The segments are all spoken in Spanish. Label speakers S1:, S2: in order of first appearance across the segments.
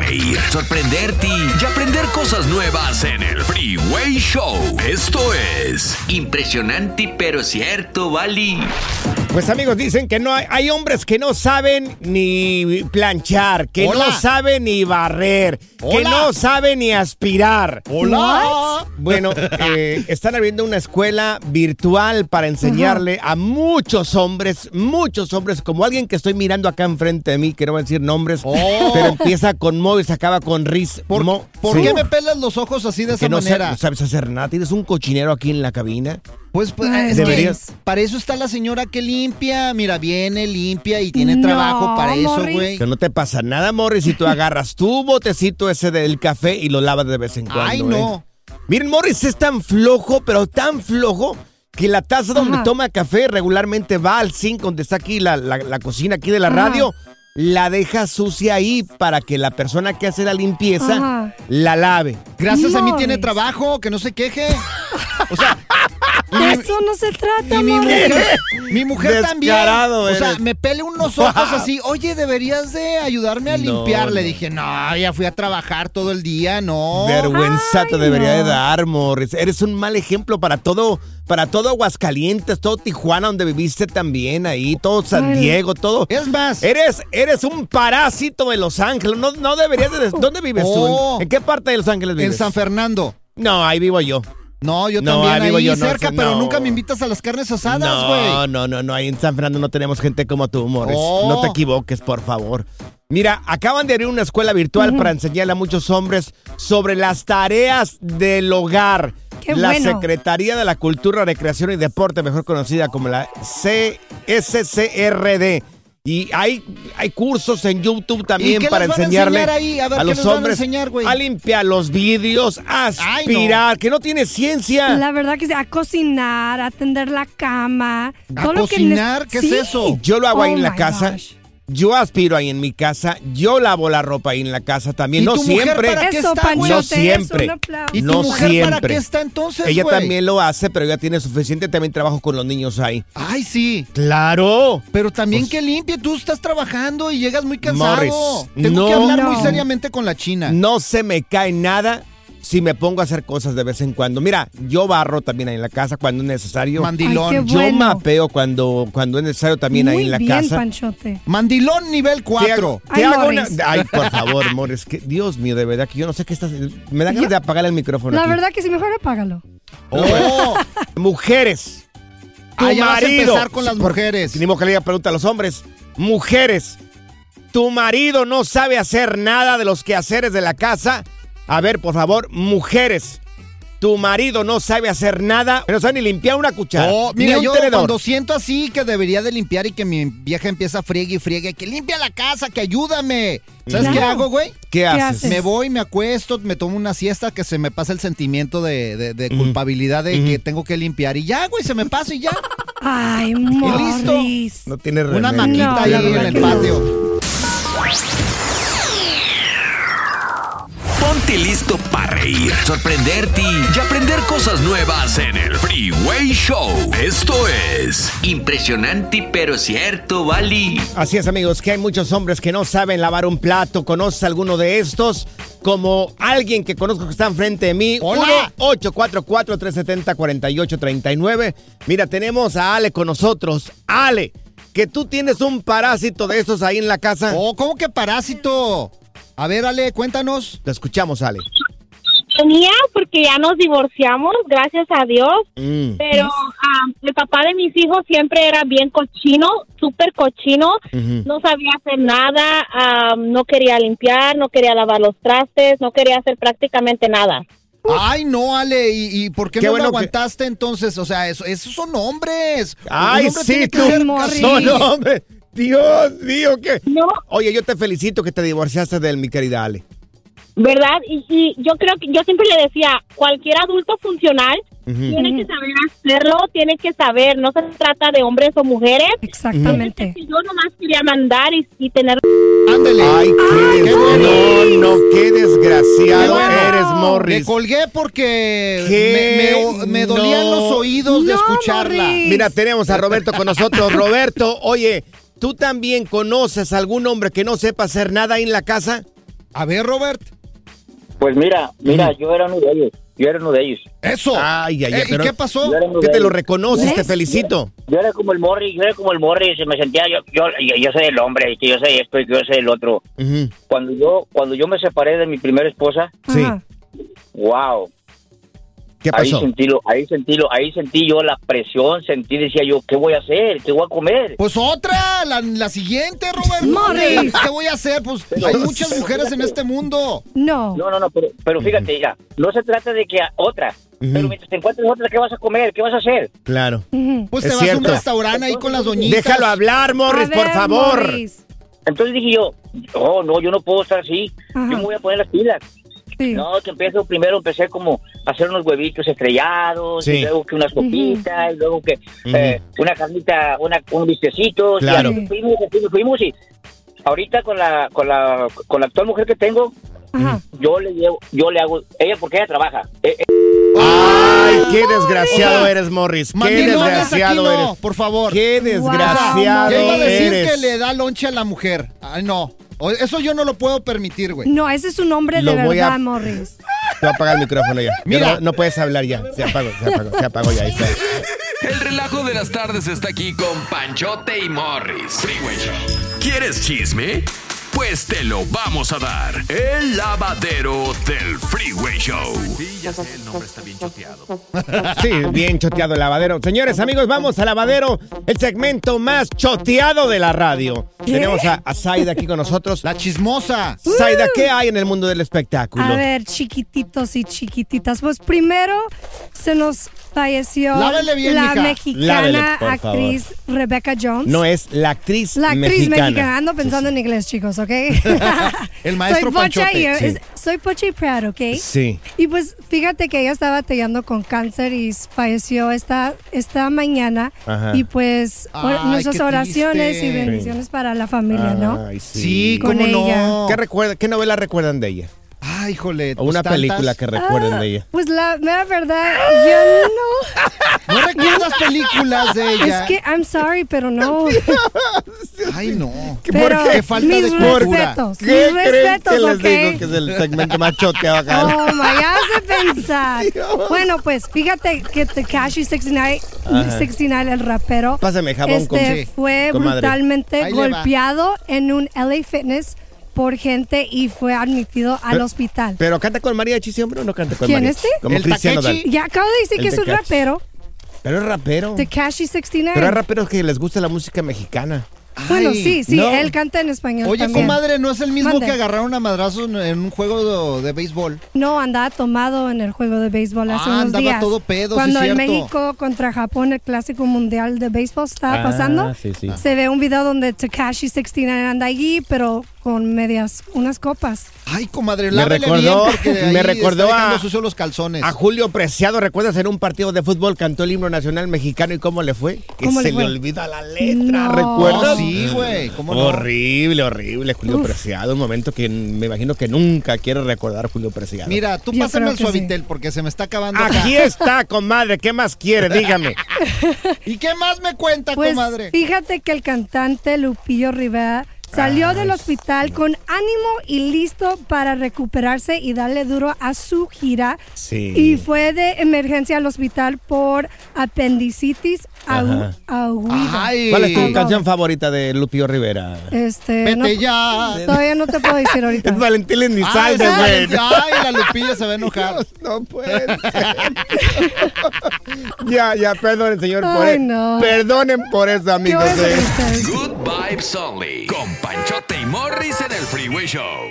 S1: reír, sorprenderte y aprender cosas nuevas en el Freeway Show. Esto es impresionante pero cierto, Bali.
S2: Pues amigos, dicen que no hay, hay hombres que no saben ni planchar, que
S3: Hola.
S2: no saben ni barrer, que
S3: Hola.
S2: no saben ni aspirar.
S3: Hola.
S2: Bueno, eh, están abriendo una escuela virtual para enseñarle a muchos hombres, muchos hombres, como alguien que estoy mirando acá enfrente de mí, que no voy a decir nombres, pero empieza con Mo y se acaba con Riz.
S3: Oh. ¿Por,
S2: Mo-
S3: por
S2: Sí.
S3: qué me pelas los ojos así de
S2: que
S3: esa
S2: no sa-
S3: manera?
S2: no sabes hacer nada? ¿Tienes un cochinero aquí en la cabina?
S3: Pues, pues,
S4: Ay,
S3: es que
S2: deberías.
S3: para eso está la señora que limpia. Mira, viene, limpia y tiene trabajo
S4: No,
S3: para eso,
S4: Morris.
S3: güey.
S2: Que no te pasa nada, Morris, si tú agarras tu botecito ese del café y lo lavas de vez en cuando.
S3: Ay,
S2: ¿eh?
S3: no.
S2: Miren, Morris es tan flojo, pero tan flojo, que la taza donde
S4: Ajá.
S2: toma café regularmente va al zinc donde está aquí la, la- la cocina aquí de la
S4: Ajá.
S2: radio. La deja sucia ahí para que la persona que hace la limpieza
S4: Ajá.
S2: la lave.
S3: Gracias a mí tiene
S4: Morris.
S3: trabajo, que no se queje.
S4: De eso no se trata,
S3: Y mi
S4: Morris.
S3: mujer, mi mujer
S2: Descarado
S3: también. O sea,
S2: eres.
S3: me pele unos ojos así. Oye, deberías de ayudarme a
S2: No,
S3: limpiar. Le
S2: no.
S3: dije, no, ya fui a trabajar todo el día, no.
S2: Vergüenza te
S4: Ay,
S2: debería de
S4: no.
S2: dar, Morris. Eres un mal ejemplo para todo, para todo Aguascalientes, todo Tijuana, donde viviste también ahí, todo San
S4: Ay.
S2: Diego, todo.
S3: Es más,
S2: Eres, eres un parásito de Los Ángeles. No, no deberías de. ¿Dónde vives
S3: Oh.
S2: tú? ¿En qué parte de Los Ángeles vives?
S3: en San Fernando.
S2: No, ahí vivo yo.
S3: No, yo
S2: No,
S3: también
S2: ahí
S3: ahí
S2: vivo yo, no,
S3: cerca,
S2: no.
S3: pero nunca me invitas a las carnes asadas, güey.
S2: no, no, no, no. Ahí en San Fernando no tenemos gente como tú, Morris.
S3: Oh.
S2: No te equivoques, por favor. Mira, acaban de abrir una escuela virtual para enseñarle a muchos hombres sobre las tareas del hogar.
S4: Qué
S2: la
S4: bueno.
S2: Secretaría de la Cultura, Recreación y Deporte, mejor conocida como la CSCRD. Y hay, hay cursos en YouTube también
S3: qué
S2: para
S3: les van a
S2: enseñarle
S3: enseñar ahí? A ver, ¿qué
S2: los
S3: les van a
S2: hombres
S3: enseñar, güey?
S2: a limpiar los vídeos, a
S3: Ay, no.
S2: aspirar, que no tiene ciencia.
S4: La verdad que sí, a cocinar, a tender la cama.
S3: ¿A
S4: todo lo que
S3: cocinar?
S4: neces-
S3: ¿Qué es
S4: Sí.
S3: eso?
S2: Yo lo hago ahí
S4: Oh
S2: en la
S4: my
S2: casa.
S4: gosh.
S2: Yo aspiro ahí en mi casa. Yo lavo la ropa ahí en la casa también.
S3: ¿Y
S2: No
S3: tu mujer
S2: siempre.
S3: para qué
S4: Eso,
S3: está, güey?
S4: Panchote,
S2: No
S4: eso,
S2: siempre.
S4: un aplauso.
S3: ¿Y tu
S2: no
S3: mujer para
S2: siempre.
S3: qué está entonces,
S2: Ella
S3: güey?
S2: también lo hace, pero ella tiene suficiente también trabajo con los niños ahí.
S3: Ay, sí.
S2: ¡Claro!
S3: Pero también que limpie, tú estás trabajando y llegas muy cansado.
S2: Pues Morris,
S3: Tengo que
S2: no.
S3: hablar muy
S4: No.
S3: seriamente con la china.
S2: No se me cae nada si me pongo a hacer cosas de vez en cuando. Mira, yo barro también ahí en la casa cuando es necesario.
S3: Mandilón.
S4: Ay, qué
S2: yo
S4: bueno.
S2: mapeo cuando, cuando es necesario también ahí
S4: Muy
S2: en la
S4: bien,
S2: casa.
S4: Panchote.
S3: Mandilón nivel
S2: Te
S3: 4.
S2: hago- te
S4: Ay,
S2: hago una-
S4: Morris.
S2: Ay, por favor, Morris. que- Dios mío, de verdad que yo no sé qué estás. Me da ganas
S4: Yo-
S2: de apagar el micrófono.
S4: La
S2: aquí.
S4: verdad que sí, mejor apágalo.
S2: Oh. Mujeres. Tu
S3: Ah, ya vas a
S2: marido.
S3: empezar con las mujeres.
S2: Tenemos que le diga pregunta a los hombres. Mujeres. Tu marido no sabe hacer nada de los quehaceres de la casa. A ver, por favor, mujeres. tu marido no sabe hacer nada, pero no sabe ni limpiar una cuchara,
S3: No,
S2: ni
S3: Oh, mira,
S2: un
S3: yo
S2: tenedor.
S3: cuando siento así que debería de limpiar y que mi vieja empieza a friegue y friegue, que limpia la casa, que ayúdame. ¿Sabes
S4: Claro.
S3: qué hago, güey?
S2: ¿Qué haces?
S4: haces?
S3: Me voy, me acuesto, me tomo una siesta que se me pasa el sentimiento de, de- de culpabilidad de que tengo que limpiar. Y ya, güey, se me pasa y ya.
S4: Ay,
S3: listo.
S4: Morris.
S2: No tiene remedio.
S3: Una maquita
S4: No,
S3: ahí
S4: la
S3: en
S4: verdad
S3: el
S4: que no.
S3: patio.
S1: Ponte listo para reír, sorprenderte y aprender cosas nuevas en el Freeway Show. Esto es impresionante pero cierto, Bali.
S2: Así es, amigos, que hay muchos hombres que no saben lavar un plato. ¿Conoces alguno de estos? Como alguien que conozco que está enfrente de mí.
S3: Hola.
S2: 1-844-370-4839. Mira, tenemos a Ale con nosotros. Ale, que tú tienes un parásito de estos ahí en la casa.
S3: Oh, ¿cómo que parásito? A ver, Ale, cuéntanos.
S2: Te escuchamos, Ale.
S5: Tenía porque ya nos divorciamos, gracias a Dios,
S2: Mm.
S5: pero am, el papá de mis hijos siempre era bien cochino, súper cochino,
S2: Ujú.
S5: no sabía hacer nada, am, no quería limpiar, no quería lavar los trastes, no quería hacer prácticamente nada.
S3: Ay, no, Ale, ¿y, y por qué,
S2: Qué
S3: no
S2: bueno
S3: lo
S2: que-
S3: aguantaste entonces? O sea, eso- esos son hombres. Un
S2: Ay,
S3: hombre
S2: sí,
S3: tiene que
S2: tú.
S3: ser
S4: Morris.
S2: No, no, hombre. Dios mío, qué.
S5: No,
S2: Oye, yo te felicito que te divorciaste de él, mi querida Ale.
S5: ¿verdad? Y, y yo creo que yo siempre le decía, cualquier adulto funcional
S2: Ujú.
S5: tiene que saber hacerlo, tiene que saber, no se trata de hombres o mujeres.
S4: Exactamente.
S5: Yo nomás quería mandar y, y tener
S3: Ándale.
S2: Ay, qué,
S3: qué
S2: des-
S3: bueno.
S2: No, no, qué desgraciado
S3: Qué bueno.
S2: eres, Morris.
S3: Le colgué porque
S2: ¿Qué?
S3: me, me- me dolían
S2: No.
S3: los oídos de
S4: No,
S3: escucharla.
S4: Morris.
S2: Mira, tenemos a Roberto con nosotros. Roberto, oye, ¿tú también conoces algún hombre que no sepa hacer nada ahí en la casa?
S3: A ver, Robert.
S6: Pues mira,
S2: Mm.
S6: mira, yo era uno de ellos. Yo era uno de ellos.
S3: Eso.
S2: Ay, ay, ay,
S3: Eh, ¿Y
S2: pero-
S3: qué pasó?
S6: Yo era uno
S2: Que
S6: de
S2: te lo
S6: ellos.
S2: reconoces, te
S4: ¿Ves?
S2: felicito.
S6: Yo era como el morri, yo era como el morri, se me sentía, yo, yo, yo, yo soy el hombre, que yo soy esto y que yo soy el otro.
S2: Ujú,
S6: Cuando yo, cuando yo me separé de mi primera esposa,
S2: Sí.
S4: Ajá.
S6: wow,
S2: ¿Qué
S6: ahí
S2: pasó?
S6: sentí, lo- ahí sentí, lo- ahí sentí yo la presión, sentí, decía yo, ¿qué voy a hacer? ¿Qué voy a comer?
S3: Pues otra, la, la siguiente, Robert.
S4: Morris.
S3: ¿Qué voy a hacer? Pues hay muchas mujeres en este mundo. Mm.
S4: No.
S6: No, no, no, pero, pero fíjate, mira, no se trata de que a- otra, pero mientras te encuentres otra, ¿qué vas a comer? ¿Qué vas a hacer?
S2: Claro.
S4: Ujú.
S3: Pues
S2: Es
S3: te vas a un
S2: cierto.
S3: restaurante ahí con las doñitas.
S2: Déjalo hablar, Morris,
S4: A
S2: por
S4: ver,
S2: favor.
S4: Morris.
S6: Entonces dije yo, oh, no, yo no puedo estar así,
S4: Ajá.
S6: yo me voy a poner las pilas.
S4: Sí.
S6: No, que empiezo primero, empecé como a hacer unos huevitos estrellados,
S2: Sí.
S6: y luego que una sopita, y luego que
S2: Ujú.
S6: eh, una carnita, una, un bistecito. y
S2: Claro.
S6: así fuimos, así fuimos, y ahorita con la, con la, con la actual mujer que tengo,
S4: Ajá.
S6: yo le llevo, yo le hago, ella porque ella trabaja. Eh, eh,
S2: Ay, qué desgraciado
S3: O sea,
S2: eres, Morris. Qué
S3: Mami, no hables aquí,
S2: desgraciado
S3: no,
S2: eres.
S3: por favor.
S2: Qué desgraciado
S3: Ya iba a decir que
S2: eres.
S3: le da lonche a la mujer. Ay, no. O- Eso yo no lo puedo permitir, güey.
S4: No, ese es un hombre
S2: Lo
S4: de
S2: voy
S4: verdad,
S2: a-
S4: Morris.
S2: Te voy a apagar el micrófono ya. Ya
S3: Mira.
S2: No, no puedes hablar ya. Se apagó, se apagó, se apagó ya. ahí está.
S1: El relajo de las tardes está aquí con Panchote y Morris. Freeway Show. ¿Quieres chisme? Pues te lo vamos a dar. El lavadero del Freeway Show. Sí, ya sé, el nombre está bien choteado.
S2: Sí, bien choteado el lavadero. Señores, amigos, vamos al lavadero, el segmento más choteado de la radio. Tenemos a, a Zaida aquí con nosotros.
S3: La chismosa.
S2: Zaida, ¿qué hay en el mundo del espectáculo?
S4: A ver, chiquititos y chiquititas. Pues primero se nos falleció
S3: Lávele bien,
S4: la
S3: mija.
S4: mexicana
S2: Lávele, por
S4: actriz Rebecca Jones.
S2: No es la actriz
S4: La actriz mexicana.
S2: mexicana.
S4: Ando pensando en inglés, chicos, ¿ok?
S3: El maestro
S4: soy pocha y,
S3: Panchote,
S4: es-
S2: sí.
S4: Soy pocha y proud, ¿ok?
S2: Sí.
S4: Y pues fíjate que ella estaba batallando con cáncer y falleció esta, esta mañana.
S2: Ajá.
S4: Y pues or-
S3: Ay,
S4: nuestras
S3: qué
S4: oraciones
S3: triste.
S4: y bendiciones para la familia, ¿no?
S2: Ay, sí.
S3: Sí,
S4: Con
S3: cómo no.
S4: ella.
S2: ¿Qué, recuerda, ¿Qué novela recuerdan de ella?
S3: Ay, híjole.
S2: O una
S3: pues, tantas.
S2: película que recuerden de ella.
S4: Pues la mera verdad, yo no.
S3: No recuerdas películas de ella.
S4: Es que, I'm sorry, pero no.
S3: Ay, no.
S4: Pero
S3: Qué falta de
S4: mis
S3: cultura.
S4: respetos,
S2: ¿Qué
S4: mis
S2: creen que
S4: respetos,
S2: les
S4: ¿ok?
S2: digo que es el segmento más choteado acá?
S4: Oh my, ya hace pensar. Bueno, pues fíjate que Tekashi 69, 69 el rapero,
S2: Pásame jabón con-
S4: este,
S2: sí,
S4: fue
S2: comadre.
S4: brutalmente
S3: Ahí le va.
S4: golpeado en un LA Fitness por gente y fue admitido al
S2: Pero-
S4: hospital.
S2: Pero canta con María Chi siempre o no canta con
S4: ¿Quién
S2: María?
S4: este?
S2: Como
S3: ¿El
S2: Cristiano
S3: Takechi?
S2: Dal.
S4: ya acabo de decir
S2: el
S4: que es un
S2: Tekashi.
S4: rapero,
S2: Pero es rapero.
S4: Tekashi 69.
S2: Pero hay raperos que les gusta la música mexicana.
S4: Bueno, sí, sí,
S3: no.
S4: él canta en español
S3: Oye,
S4: también.
S3: comadre, ¿no es el mismo
S4: Mande.
S3: que agarraron a madrazos en- en un juego de, de béisbol?
S4: No, andaba tomado en el juego de béisbol hace
S3: Ah,
S4: unos
S3: andaba
S4: días.
S3: todo pedo, sí,
S4: Cuando en
S3: cierto.
S4: México contra Japón el clásico mundial de béisbol estaba pasando,
S7: Ah, Sí, sí.
S4: se ve un video donde Takashi 69 anda allí, pero con medias, unas copas.
S3: Ay, comadre,
S2: Me
S3: lávele
S2: recordó-
S3: bien porque ahí
S2: me recordó
S3: está dejando
S2: a-
S3: sucio los calzones.
S2: A Julio Preciado, ¿recuerdas en un partido de fútbol cantó el himno nacional mexicano y cómo le fue? Que
S4: ¿Cómo le
S2: se
S4: fue?
S2: le olvida la letra,
S4: No.
S2: ¿recuerdas?
S3: No, Oh, sí, güey, ¿cómo no?
S2: Horrible, horrible, Julio
S4: Uf.
S2: Preciado. Un momento que me imagino que nunca quiere recordar Julio Preciado.
S3: Mira, tú
S4: Yo
S3: pásame
S4: creo que
S3: el
S4: sí.
S3: suavitel porque se me está acabando. acá.
S2: Aquí está, comadre, ¿qué más quiere? Dígame.
S3: ¿Y qué más me cuenta,
S4: Pues
S3: comadre?
S4: fíjate que el cantante Lupillo Rivera salió del hospital con ánimo y listo para recuperarse y darle duro a su gira.
S2: Sí.
S4: Y fue de emergencia al hospital por apendicitis agu- aguda.
S3: Ay,
S2: ¿Cuál es tu
S4: Ay.
S2: canción favorita de Lupio Rivera?
S4: Este,
S3: vete
S4: no-
S3: ya.
S4: todavía no te puedo decir ahorita.
S2: Es Valentín
S3: Ay,
S2: Elizalde, güey.
S3: Ah, ay, la Lupilla se va a enojar. Pues
S2: No puede ser. ya, ya, perdonen, señor. por
S4: Ay,
S2: e-
S4: no.
S2: Perdonen por eso,
S4: ¿Qué
S2: amigos.
S4: voy a decir
S2: eh.
S4: ustedes?
S1: Good Vibes Only. Con Panchote y Morris en el Freeway Show.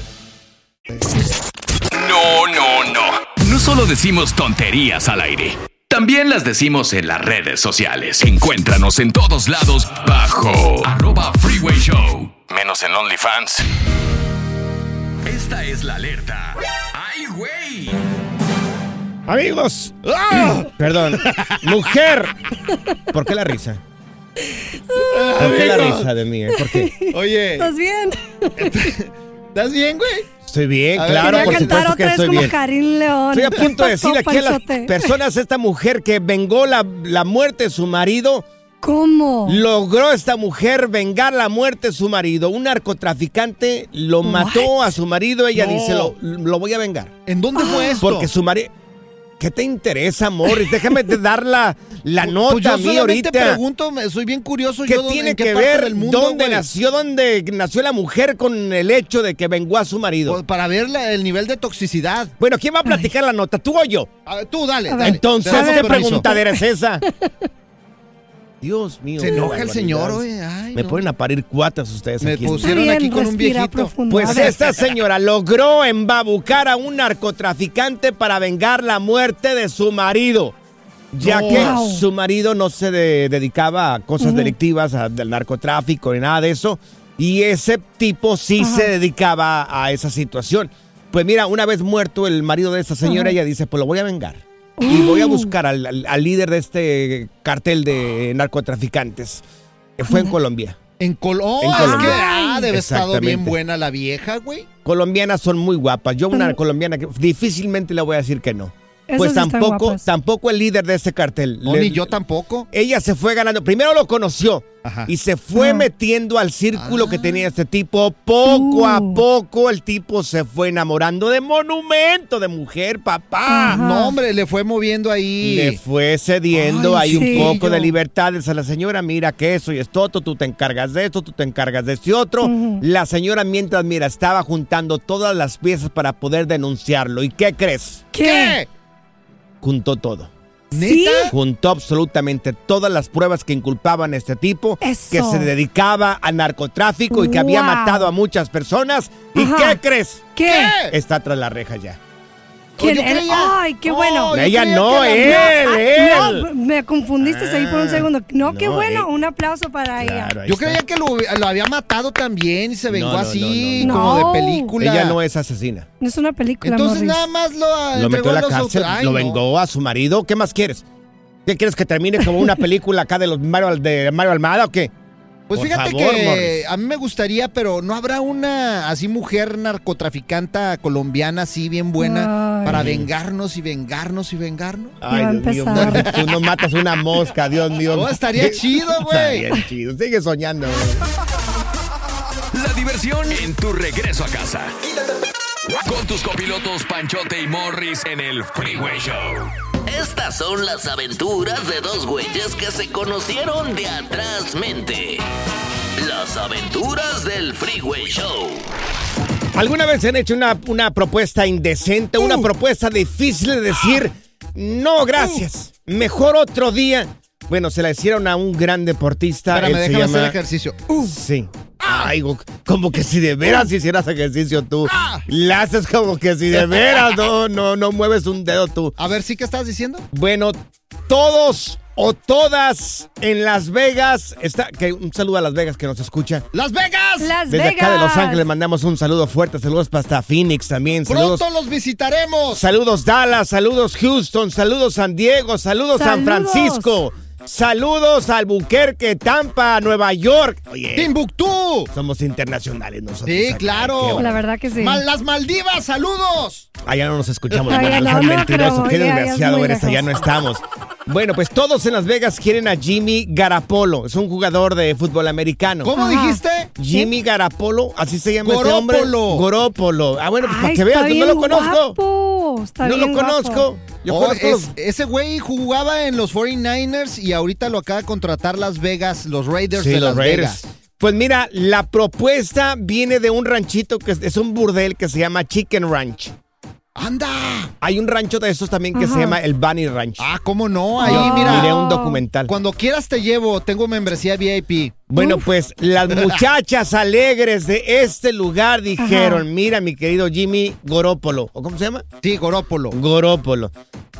S1: No, no, no. No solo decimos tonterías al aire. También las decimos en las redes sociales. Encuéntranos en todos lados bajo arroba Freeway Show. Menos en OnlyFans. Esta es la alerta. ¡Ay, güey!
S2: Amigos, ¡ah! perdón, mujer, ¿por qué la risa? ¿Por qué la risa de mí? eh? ¿Por qué?
S3: Oye,
S4: ¿Estás bien?
S3: ¿estás bien, güey?
S2: Estoy bien,
S3: A ver,
S2: Eh, claro,
S4: Quería
S2: por
S4: cantar
S2: supuesto que
S4: otra vez
S2: estoy
S4: como
S2: bien.
S4: Karim León.
S2: Estoy a punto de
S4: ¿Qué pasó,
S2: decir aquí a las
S4: Panchote?
S2: personas, esta mujer que vengó la, la muerte de su marido,
S4: ¿Cómo?
S2: logró esta mujer vengar la muerte de su marido. Un narcotraficante lo mató a su marido, ella
S3: No.
S2: dice, lo, lo voy a vengar.
S3: ¿En dónde fue esto?
S2: Porque su marido... ¿Qué te interesa, Morris? Déjame te dar la, la
S3: Pues
S2: nota a
S3: yo
S2: mí
S3: solamente
S2: ahorita.
S3: pregunto, me- soy bien curioso.
S2: ¿Qué
S3: yo dónde-
S2: tiene
S3: en qué
S2: que
S3: parte
S2: ver
S3: del mundo,
S2: dónde
S3: güey?
S2: nació dónde nació la mujer con el hecho de que vengó a su marido?
S3: Pues Para ver la- el nivel de toxicidad. Ah,
S2: bueno, ¿quién va a platicar la nota? ¿Tú o yo?
S3: A ver, tú dale.
S4: A ver.
S3: dale.
S2: Entonces,
S3: Te damos
S2: ¿qué
S3: permiso.
S2: preguntadera es esa? Dios mío.
S3: Se
S2: qué
S3: enoja el
S2: barbaridad.
S3: señor, güey. Ay,
S2: Me
S3: no.
S2: ponen a parir cuatas ustedes
S3: Me
S2: aquí.
S3: puse-
S4: Está
S3: pusieron
S4: bien,
S3: aquí con un
S4: respira
S3: viejito.
S4: profundo. A
S2: Pues
S4: ver.
S2: esta señora logró embabucar a un narcotraficante para vengar la muerte de su marido. Ya
S3: No.
S2: que
S4: Wow.
S2: su marido no se de- dedicaba a cosas delictivas, a- del narcotráfico ni nada de eso. Y ese tipo sí
S4: Ajá.
S2: se dedicaba a esa situación. Pues mira, una vez muerto el marido de esta señora,
S4: Ajá.
S2: ella dice, pues lo voy a vengar. Y voy a
S4: Uh.
S2: buscar al, al- al líder de este cartel de narcotraficantes. Que fue en Colombia.
S3: En, Col oh,
S2: En
S3: es
S2: Colombia.
S3: que, ah, debe estar bien
S2: Exactamente.
S3: buena la vieja, güey.
S2: colombianas son muy guapas. Yo una
S4: Pero-
S2: colombiana que difícilmente le voy a decir que no.
S4: Esas
S2: pues
S4: están
S2: tampoco,
S4: guapas.
S2: tampoco el líder de ese cartel.
S3: O
S2: Le-
S3: Oh, ni yo tampoco.
S2: Ella se fue ganando. Primero lo conoció.
S3: Ajá. Ah.
S2: Y se fue metiendo al círculo que tenía este tipo. Poco a
S4: Uh.
S2: poco el tipo se fue enamorando de monumento de mujer, papá.
S4: Ajá.
S3: No, hombre, le fue moviendo ahí.
S2: Le fue cediendo
S3: Ay,
S2: hay
S3: sí,
S2: un poco
S3: yo.
S2: de libertades a la señora. Mira que eso y es todo, tú te encargas de esto, tú te encargas de este otro.
S4: Ujú.
S2: La señora, mientras mira, estaba juntando todas las piezas para poder denunciarlo. ¿Y qué crees?
S4: ¿Qué?
S2: Juntó todo.
S4: ¿Sí?
S2: Juntó absolutamente todas las pruebas que inculpaban a este tipo,
S4: Eso.
S2: que se dedicaba al narcotráfico y que había
S4: Wow.
S2: matado a muchas personas. ¿Y
S4: Ajá.
S2: qué crees?
S4: ¿Qué?
S2: Está tras la reja ya.
S4: ¿Quién?
S3: Yo
S4: Él-
S3: creía-
S4: Ay, qué bueno.
S3: No, yo
S2: Ella
S3: creía
S2: no,
S3: que
S2: él,
S3: era-
S4: Ah,
S2: él. Ah,
S4: no, me confundiste ahí por un segundo. No, qué
S2: no,
S4: bueno.
S2: eh.
S4: Un aplauso para ella.
S2: ahí
S3: Yo
S2: está.
S3: creía que lo, lo había matado también y se vengó
S2: No, no,
S3: así,
S4: no, no,
S3: como
S4: no.
S3: de película.
S2: Ella no es asesina.
S4: No es una película,
S3: Entonces
S4: Morris.
S3: nada más lo, ah,
S2: Lo
S3: entregó
S2: metió a la
S3: los
S2: cárcel,
S3: autor- Ay,
S2: lo
S3: no.
S2: vengó a su marido. ¿Qué más quieres? ¿Qué quieres que termine como una película acá de los Mario, Al- de Mario Almada o qué?
S3: Pues
S2: Por
S3: fíjate
S2: favor,
S3: que
S2: Morris.
S3: a mí me gustaría, pero no habrá una así mujer narcotraficante colombiana así bien buena
S4: Ay.
S3: para vengarnos y vengarnos y vengarnos.
S4: va a empezar.
S2: Morris, tú no matas una mosca, Dios mío.
S3: No, Oh, estaría chido, güey.
S2: Estaría chido. Sigue soñando, güey.
S1: La diversión en tu regreso a casa. Con tus copilotos Panchote y Morris en el Freeway Show.
S7: Estas son las aventuras de dos güeyes que se conocieron de atrás mente. Las aventuras del Freeway Show.
S2: ¿Alguna vez han hecho una, una propuesta indecente, una
S3: Uh.
S2: propuesta difícil de decir, no, gracias, mejor otro día? Bueno, se la hicieron a un gran deportista.
S3: Espérame,
S2: él se
S3: déjame hacer
S2: llama-
S3: ejercicio. Uh.
S2: Sí. Ay, go- como que si de veras hicieras ejercicio tú. La haces como que si de veras no, no, no mueves un dedo tú.
S3: A ver, ¿sí que estás diciendo?
S2: Bueno, todos o todas en Las Vegas. Está, que un saludo a Las Vegas que nos escucha.
S3: ¡Las Vegas!
S4: Las
S2: Desde
S4: Vegas.
S2: acá de Los Ángeles mandamos un saludo fuerte. Saludos para hasta Phoenix también. Saludos.
S3: ¡Pronto los visitaremos!
S2: Saludos Dallas, saludos Houston, saludos San Diego, saludos, San
S4: Saludos.
S2: Francisco, saludos Albuquerque, Tampa, Nueva York. Oye,
S3: ¡Timbuktu!
S2: somos internacionales nosotros.
S3: Sí,
S2: acá,
S3: claro.
S2: qué bueno.
S4: La verdad que sí.
S3: Mal- ¡Las Maldivas, saludos!
S2: Allá no nos escuchamos.
S4: Allá
S2: bueno, no
S4: no,
S2: seas
S4: no,
S2: mentiroso.
S4: pero
S2: Qué
S4: ya, ya es
S2: desgraciado
S4: muy
S2: eres. Allá
S4: lejos.
S2: no estamos. Bueno, pues todos en Las Vegas quieren a Jimmy Garapolo. Es un jugador de fútbol americano.
S3: ¿Cómo
S4: Ajá.
S3: dijiste?
S2: Jimmy Garapolo, así se llama este
S3: Goropolo.
S2: hombre. Goropolo. Ah, bueno, pues
S4: Ay,
S2: para que
S4: está
S2: veas, yo no
S4: bien
S2: lo conozco.
S4: guapo, está
S2: no lo
S4: bien guapo.
S2: conozco. Yo
S3: Oh,
S2: conozco
S3: es-
S2: los-
S3: ese güey jugaba en los 49ers y ahorita lo acaba de contratar Las Vegas, los Raiders
S2: Sí,
S3: de
S2: los
S3: Las
S2: Raiders.
S3: Vegas.
S2: Pues mira, la propuesta viene de un ranchito que es- es un burdel que se llama Chicken Ranch.
S3: ¡Anda!
S2: Hay un rancho de esos también que se
S4: Ajá.
S2: llama el Bunny Ranch.
S3: Ah, ¿cómo no? Ahí,
S4: Ah.
S3: mira.
S2: Miré un documental.
S3: Cuando quieras te llevo, tengo membresía VIP.
S2: Bueno, pues las muchachas alegres de este lugar dijeron,
S4: Ajá.
S2: mira mi querido Jimmy Gorópolo, ¿o cómo se llama?
S3: Sí, Gorópolo.
S2: Gorópolo.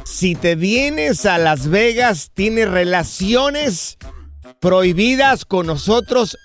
S2: Si te vienes a Las Vegas, tienes relaciones prohibidas con nosotros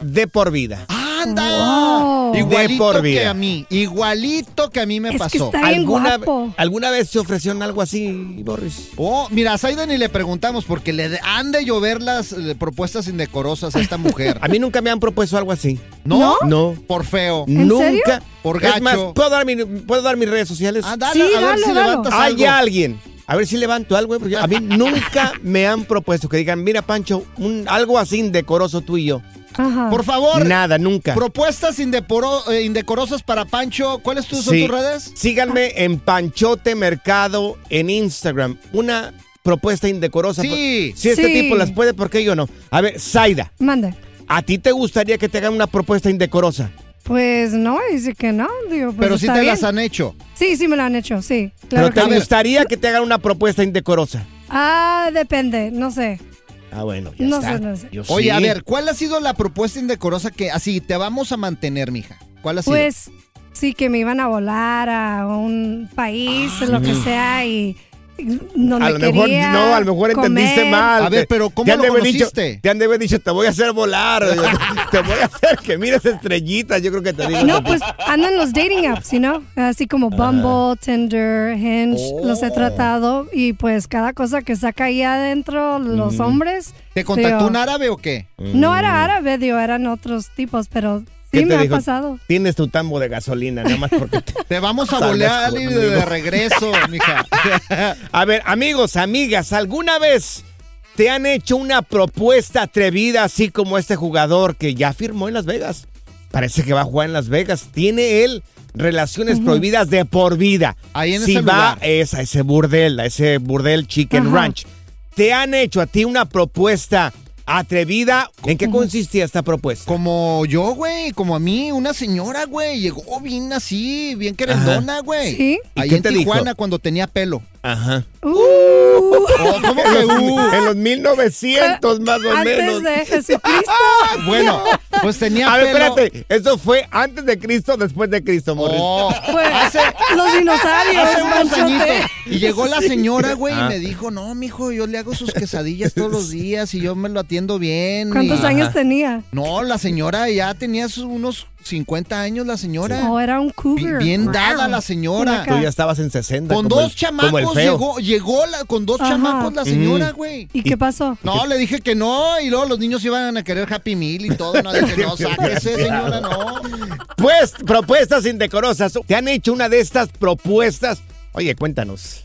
S2: de por vida.
S3: ¡Anda!
S4: Wow.
S3: Igualito
S2: De por
S3: que
S2: vida.
S3: a mí. Igualito que a mí me
S4: Es que
S3: pasó.
S4: está- bien guapo.
S2: ¿Alguna vez se ofrecieron algo así, Boris?
S3: Oh, mira, a Zayda ni le preguntamos porque le de- han de llover las eh, propuestas indecorosas a esta mujer.
S2: A mí nunca me han propuesto algo así.
S3: ¿No?
S2: No.
S3: Por feo.
S4: ¿En
S2: nunca.
S4: serio?
S3: Por
S2: Es más,
S3: gacho.
S2: ¿puedo dar, mi- ¿puedo dar mis redes sociales?
S3: Ah, dale,
S4: Sí,
S3: a ver
S4: dalo,
S3: si
S4: dalo.
S3: levantas
S2: hay
S3: algo.
S2: alguien. A ver si levanto algo, eh, porque a mí nunca me han propuesto que digan, mira, Pancho, un- algo así indecoroso tú y yo.
S4: Ajá.
S3: Por favor,
S2: Nada, nunca.
S3: propuestas indeporo- eh, indecorosas para Pancho. ¿Cuáles tú- son
S2: Sí.
S3: tus redes?
S4: Ah.
S2: Síganme en Panchote Mercado en Instagram. Una propuesta indecorosa.
S3: Sí.
S2: Si este
S4: Sí.
S2: tipo las puede, ¿por qué yo no? A ver, Zaida,
S4: Mande.
S2: ¿a ti te gustaría que te hagan una propuesta indecorosa?
S4: Pues no, dice que no. Digo, pues
S3: Pero si
S4: está
S3: te
S4: bien.
S3: las han hecho.
S4: Sí, sí me lo han hecho, sí.
S2: Pero
S4: Claro que
S2: te
S4: sí.
S2: gustaría que te hagan una propuesta indecorosa.
S4: Ah, depende, no sé.
S2: Ah, bueno, ya
S4: No
S2: está.
S4: sé, no sé.
S2: Yo
S3: Oye,
S2: sí.
S3: a ver, ¿cuál ha sido la propuesta indecorosa que así te vamos a mantener, mija? ¿Cuál ha sido?
S4: Pues sí que me iban a volar a un país, lo que sea, y y no me
S2: Ah. A lo mejor
S4: quería
S2: no, a lo mejor entendiste
S4: comer.
S2: mal.
S3: A ver,
S2: Te-
S3: pero ¿cómo
S2: te han
S3: lo
S2: de haber dicho-
S3: conociste?
S2: te han de haber dicho, te voy a hacer volar. te voy a hacer que mires estrellitas. Yo creo que te digo.
S4: No, pues andan los dating apps, you know? Así
S2: Ah.
S4: como Bumble, Tinder, Hinge, los
S2: Oh.
S4: he tratado y pues cada cosa que saca ahí adentro los hombres.
S3: ¿Te contactó
S4: digo,
S3: un árabe o qué?
S2: Mm.
S4: No era árabe, digo, eran otros tipos, pero
S2: ¿Qué
S4: sí
S2: te
S4: me ha
S2: dijo?
S4: pasado.
S2: Tienes tu tambo de gasolina, nada más porque. te-
S3: Te vamos a
S2: Tal vez
S3: bolear y
S2: conmigo.
S3: de regreso, mija.
S2: A ver, amigos, amigas, ¿alguna vez ¿Te han hecho una propuesta atrevida así como este jugador que ya firmó en Las Vegas? Parece que va a jugar en Las Vegas. Tiene él relaciones prohibidas de por vida.
S3: Ahí en
S2: si
S3: ese
S2: va
S3: lugar.
S2: es a ese burdel, a ese burdel Chicken
S3: Ajá.
S2: Ranch. ¿Te han hecho a ti una propuesta atrevida? ¿En qué consistía esta propuesta?
S3: Como yo, güey, como a mí, una señora, güey, llegó bien así, bien querendona, güey.
S4: ¿Sí?
S2: ¿Y
S3: Ahí
S2: qué
S3: en
S2: te dijo?
S3: Tijuana cuando tenía pelo.
S2: Ajá.
S3: Oh, ¿Cómo
S2: En
S3: que
S2: los,
S3: uh?
S2: en los 1900 más o menos.
S4: Antes de Jesucristo.
S3: Bueno, pues tenía
S2: A ver,
S3: pelo.
S2: espérate. Eso fue antes de Cristo, después de Cristo, Morris.
S3: Oh,
S4: Pues, los dinosaurios.
S3: hace unos
S4: Panchote.
S3: añitos. Y llegó la señora, güey,
S2: Ah.
S3: y me dijo, no, mijo, yo le hago sus quesadillas todos los días y yo me lo atiendo bien.
S4: ¿Cuántos
S3: y-
S4: años tenía?
S3: No, la señora ya tenía sus unos 50 años, la señora.
S4: Oh, era un
S3: Bi-
S4: cougar.
S3: Bien
S4: Wow.
S3: dada la señora.
S4: Una ca-
S2: Tú ya estabas en 60.
S3: Con
S2: como
S3: dos
S2: el- como el feo.
S3: chamacos
S2: Mm.
S3: llegó, llegó la- con dos
S4: Ajá.
S3: chamacos la señora, güey.
S4: ¿Y qué pasó?
S3: No, le dije que no, y luego los niños iban a querer Happy Meal y todo. No, dije, no, sáquese, señora, no.
S2: Pues, propuestas indecorosas. ¿Te han hecho una de estas propuestas? Oye, cuéntanos.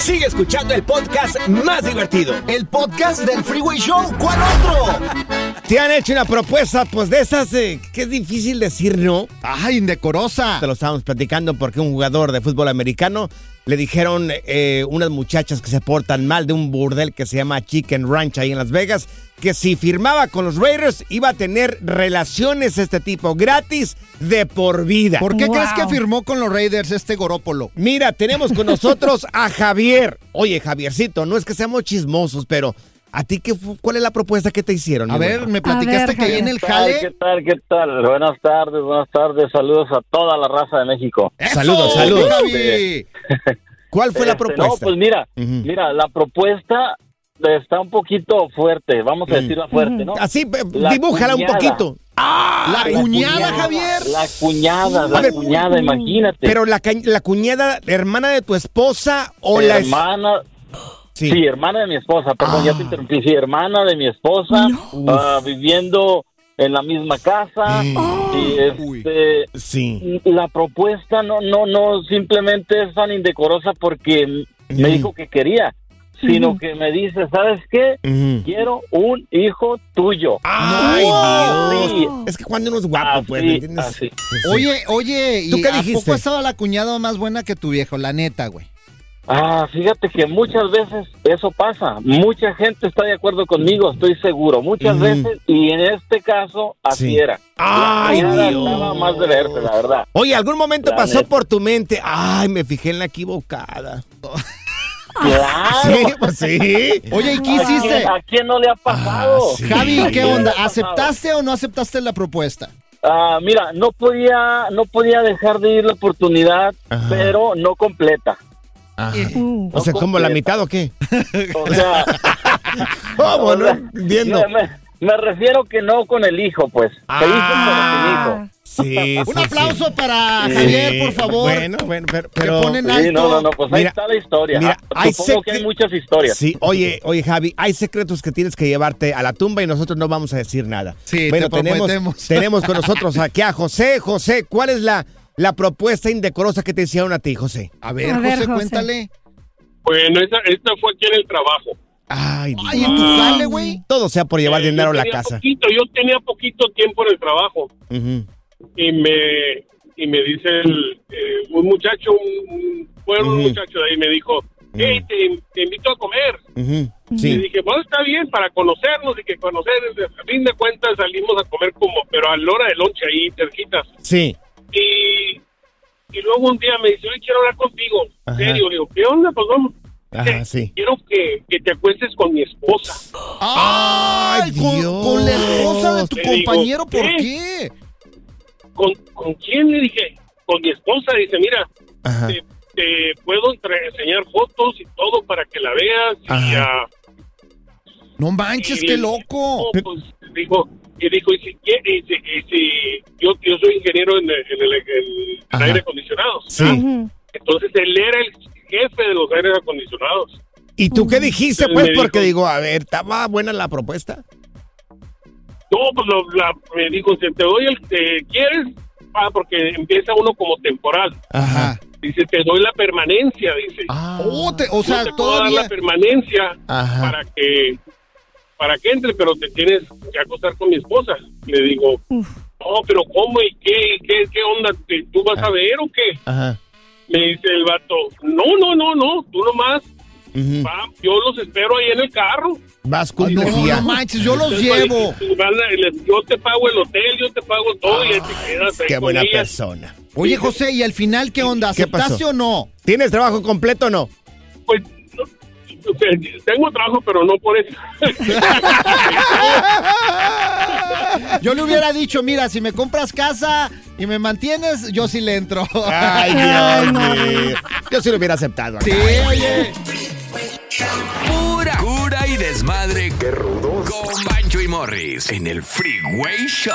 S2: Sigue escuchando el podcast más divertido.
S3: El podcast del Freeway Show, ¿cuál otro?
S2: Te han hecho una propuesta, pues de esas eh, que es difícil decir no.
S3: Ay, indecorosa.
S2: Te lo estábamos platicando porque un jugador de fútbol americano le dijeron eh, unas muchachas que se portan mal de un burdel que se llama Chicken Ranch ahí en Las Vegas que si firmaba con los Raiders iba a tener relaciones de este tipo gratis de por vida.
S3: ¿Por qué
S4: Wow.
S3: crees que firmó con los Raiders este Gorópolo?
S2: Mira, tenemos con nosotros a Javier. Oye, Javiercito, no es que seamos chismosos, pero ¿a ti qué fu- cuál es la propuesta que te hicieron?
S3: A
S2: mi
S3: ver,
S2: güey?
S3: me
S4: ver,
S3: platicaste que ahí
S4: Javier.
S3: en el
S6: ¿Qué tal, ¿Qué
S3: jale.
S6: tal? ¿Qué tal? Buenas tardes, buenas tardes. Saludos a toda la raza de México.
S3: ¡Eso,
S2: Saludos, saludos.
S3: Javi!
S2: ¿cuál fue la
S6: Este,
S2: propuesta?
S6: No, pues mira,
S2: Ujú.
S6: mira, la propuesta está un poquito fuerte, vamos a decirla fuerte, ¿no?
S2: Mm, Así, pe-
S6: La
S2: dibújala un
S6: cuñada.
S2: poquito.
S4: Ah,
S3: La cuñada, Javier.
S6: La cuñada, la
S2: A ver, mm,
S6: cuñada, imagínate.
S2: Pero la, ca- la cuñada, la hermana de tu esposa o la... es-
S6: hermana,
S2: Sí. Ah.
S6: sí. hermana de mi esposa, perdón, ya te interrumpí, sí, hermana de mi esposa, ah, viviendo en la misma casa,
S2: Mm.
S6: y
S3: Uy.
S6: este,
S2: Sí.
S6: la propuesta no, no, no, simplemente es tan indecorosa porque me
S2: Mm.
S6: dijo que quería, sino que me dice, ¿sabes qué?
S2: Ujú.
S6: Quiero un hijo tuyo.
S2: Ay,
S6: Wow.
S2: Dios. Es que cuando uno es guapo, pues, ¿me
S6: Así,
S2: entiendes?
S6: así.
S2: Sí.
S3: Oye, oye, ¿y
S2: ¿Tú qué
S3: a
S2: dijiste?
S3: poco estaba la cuñada más buena que tu viejo? La neta, güey.
S6: Ah, fíjate que muchas veces eso pasa. Mucha gente está de acuerdo conmigo, estoy seguro. Muchas
S2: Ujú.
S6: veces, y en este caso, así
S2: Sí.
S6: era. La
S2: Ay,
S6: cuñada
S2: Dios.
S6: estaba más de verte, la verdad.
S2: Oye, ¿algún momento
S6: La
S2: pasó
S6: neta.
S2: por tu mente? Ay, me fijé en la equivocada.
S6: ¡Claro!
S2: Sí, pues sí.
S3: Oye, ¿y qué
S6: ¿A quién-
S3: hiciste?
S6: ¿A quién no le ha pasado?
S2: Ah, sí.
S3: Javi, ¿qué onda?
S6: Sí.
S3: ¿Aceptaste o no aceptaste la propuesta?
S6: Ah, mira, no podía, no podía dejar de ir la oportunidad,
S2: Ajá.
S6: pero no completa.
S4: Uh,
S2: O sea, ¿como la mitad o qué?
S6: O sea,
S2: ¿Cómo? No
S6: yo
S2: entiendo.
S6: me- Me refiero que no con el hijo, pues. Se hizo
S2: Ah.
S6: pero sin hijo.
S2: Sí,
S3: Un
S2: sí,
S3: aplauso para
S2: sí.
S3: Javier,
S2: Sí.
S3: por favor.
S2: Bueno, bueno, pero.
S3: Que
S2: pero-
S3: ponen
S6: Sí,
S3: alto.
S6: no, no, no, pues ahí
S2: Mira,
S6: está la historia.
S2: mira,
S6: Ah,
S2: hay
S6: Supongo que hay
S2: secre-
S6: muchas historias.
S2: Sí, oye, oye, Javi, hay secretos que tienes que llevarte a la tumba y nosotros no vamos a decir nada.
S3: Sí,
S2: bueno,
S3: te
S2: tenemos,
S3: prometemos.
S2: tenemos con nosotros aquí a José. José, ¿cuál es la, la propuesta indecorosa que te hicieron a ti, José?
S3: A ver,
S4: A ver,
S3: José,
S4: José.
S3: cuéntale.
S8: Bueno, esta, esta fue aquí en el trabajo.
S2: Ay,
S3: Ay,
S2: Dios.
S3: en tu sale, güey.
S2: todo sea por llevar
S8: Eh,
S2: dinero a
S8: yo
S2: la
S8: tenía
S2: casa.
S8: Poquito, yo tenía poquito tiempo en el trabajo
S2: Ujú.
S8: y me, y me dice el, eh, un muchacho, un, un- fue un
S2: Ujú.
S8: muchacho de ahí, me dijo, hey, te, te invito a comer.
S2: Ujú,
S8: Y
S2: Sí.
S8: dije, bueno, está bien para conocernos y que conocer, a fin de cuentas salimos a comer como, pero a la hora de lonche ahí, cerquitas.
S2: Sí.
S8: Y, y luego un día me dice, oye, quiero hablar contigo. ¿En
S2: Ajá.
S8: serio? Le digo, ¿qué onda? Pues vamos.
S2: Ajá,
S8: Eh,
S2: sí.
S8: Quiero que, que te acuestes con mi esposa.
S3: Ay, con,
S2: Dios.
S3: con la esposa de tu
S8: Te digo,
S3: compañero, ¿por
S8: ¿qué?
S3: qué?
S8: ¿Con, ¿Con quién? Le dije, con mi esposa. Dice, mira,
S2: Ajá.
S8: te, te puedo entre- enseñar fotos y todo para que la veas. Y,
S2: Ajá.
S8: ah,
S3: No manches,
S8: y-
S3: qué loco.
S8: no, pues, dijo, y dijo, y si, quie- y si, y si- yo, yo soy ingeniero en el, en el- en el
S2: Ajá.
S8: aire acondicionado.
S2: Sí.
S4: Ujú.
S8: Entonces él era el jefe de los aires acondicionados.
S2: ¿Y tú qué dijiste,
S8: Mm, Él
S2: pues?
S8: me
S2: Porque
S8: dijo-
S2: digo, a ver, ¿estaba buena la propuesta?
S8: No, pues lo- la- me dijo, si te doy el que quieres, ah, porque empieza uno como temporal.
S3: Ajá.
S8: Dice, te doy la permanencia, dice.
S3: Oh, te- o
S8: Yo
S3: sea,
S8: te puedo dar
S3: todavía.
S8: la permanencia
S2: Ajá.
S8: para que para que entre, pero te tienes que acostar con mi esposa. Le digo,
S4: Uf.
S8: no, pero ¿cómo y qué, qué, qué onda? ¿Te- ¿Tú vas a ver o qué?
S2: Ajá.
S8: Me dice el vato, no, no, no, no, tú nomás,
S2: Ujú.
S8: va, yo los espero ahí en el carro.
S2: Vas
S3: Ah,
S2: con
S3: No,
S2: tu tía.
S3: no manches, yo los
S8: Entonces,
S3: llevo.
S8: tú van a- les- Yo te pago el hotel, yo te pago todo y ahí te quedas. ahí
S2: Qué
S8: con
S2: buena
S8: ella.
S2: persona.
S3: Oye, José, ¿y al final qué onda?
S2: ¿Qué pasó?
S3: ¿Aceptaste o no?
S2: ¿Tienes trabajo completo o no?
S8: Pues, no, o sea, tengo trabajo, pero no por eso.
S3: Yo le hubiera dicho, mira, si me compras casa y me mantienes, yo sí le entro.
S2: Ay, Dios mío. Eh, Yo sí lo hubiera aceptado.
S3: Sí, oye.
S1: Pura cura y desmadre. Qué rudos. Con Bancho y Morris en el Freeway Show.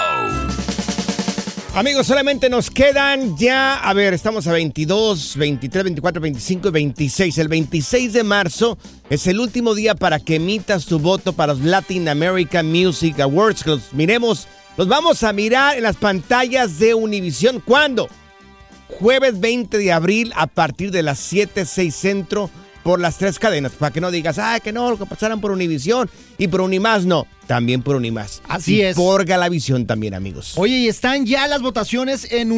S2: Amigos, solamente nos quedan ya, a ver, estamos a 22, 23, 24, 25 y 26. El 26 de marzo es el último día para que emitas tu voto para los Latin American Music Awards. que Los miremos, los vamos a mirar en las pantallas de Univisión. ¿Cuándo? Jueves 20 de abril a partir de las 7, 6 centro por las tres cadenas. Para que no digas, ah, que no, lo que pasaran por Univisión y por Unimás, no. También por Unimás.
S3: Así
S2: Y
S3: es.
S2: Por Galavisión también, amigos.
S3: Oye, y están ya las votaciones en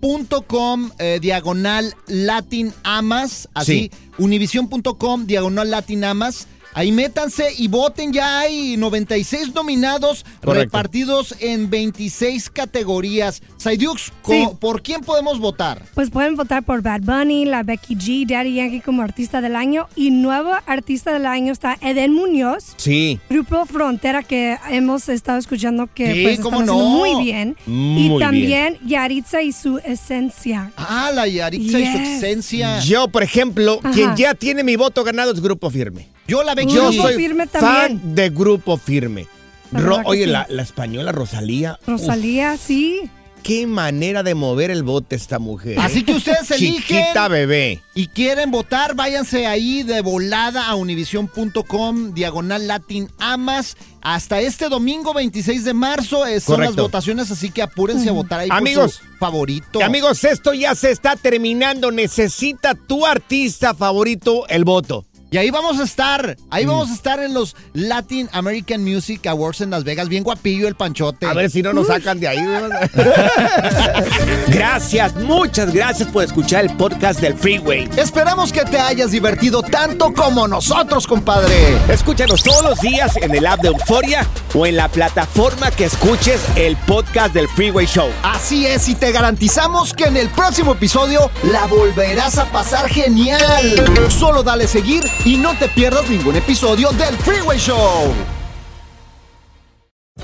S3: univision.com eh, diagonal latin amas. Así, univision.com diagonal latin amas. Ahí métanse y voten. Ya hay 96 nominados
S2: Correcto.
S3: repartidos en 26 categorías. Saidux, co-
S4: Sí.
S3: ¿por quién podemos votar?
S4: Pues pueden votar por Bad Bunny, la Becky G, Daddy Yankee como artista del año. Y nuevo artista del año está Eden Muñoz.
S2: Sí.
S4: Grupo Frontera que hemos estado escuchando que
S3: Sí,
S4: pues están
S3: cómo
S4: haciendo
S3: no.
S4: muy bien.
S2: Muy
S4: y también Yaritza y su esencia.
S3: Ah, la Yaritza y su
S4: Yes.
S3: esencia.
S2: Yo, por ejemplo,
S4: Ajá.
S2: quien ya tiene mi voto ganado es Grupo Firme.
S3: Yo la Becky
S2: Yo
S3: G.
S4: Grupo
S2: soy
S4: Firme también.
S2: fan de Grupo Firme.
S4: La
S2: Ro-
S4: verdad que
S2: Oye,
S4: sí.
S2: la, la española Rosalía.
S4: Rosalía, sí.
S2: uf, qué manera de mover el bote esta mujer. ¿eh?
S3: Así que ustedes eligen.
S2: Chiquita bebé.
S3: y quieren votar, váyanse ahí de volada a univision.com, diagonal latin amas. Hasta este domingo 26 de marzo eh, son las
S2: Correcto.
S3: votaciones, así que apúrense a votar ahí
S2: Amigos.
S3: por su favorito.
S2: Amigos, esto ya se está terminando. Necesita tu artista favorito el voto. Mm.
S3: Y ahí vamos a estar, ahí vamos a estar en los Latin American Music Awards en Las Vegas, bien guapillo el panchote.
S2: A ver si no nos sacan de ahí. gracias, muchas gracias por escuchar el podcast del Freeway.
S3: Esperamos que te hayas divertido tanto como nosotros, compadre.
S2: Escúchanos todos los días en el app de Euforia o en la plataforma que escuches el podcast del Freeway Show.
S3: Así es, y te garantizamos que en el próximo episodio la volverás a pasar genial. Solo dale seguir y no te pierdas ningún episodio del Freeway Show.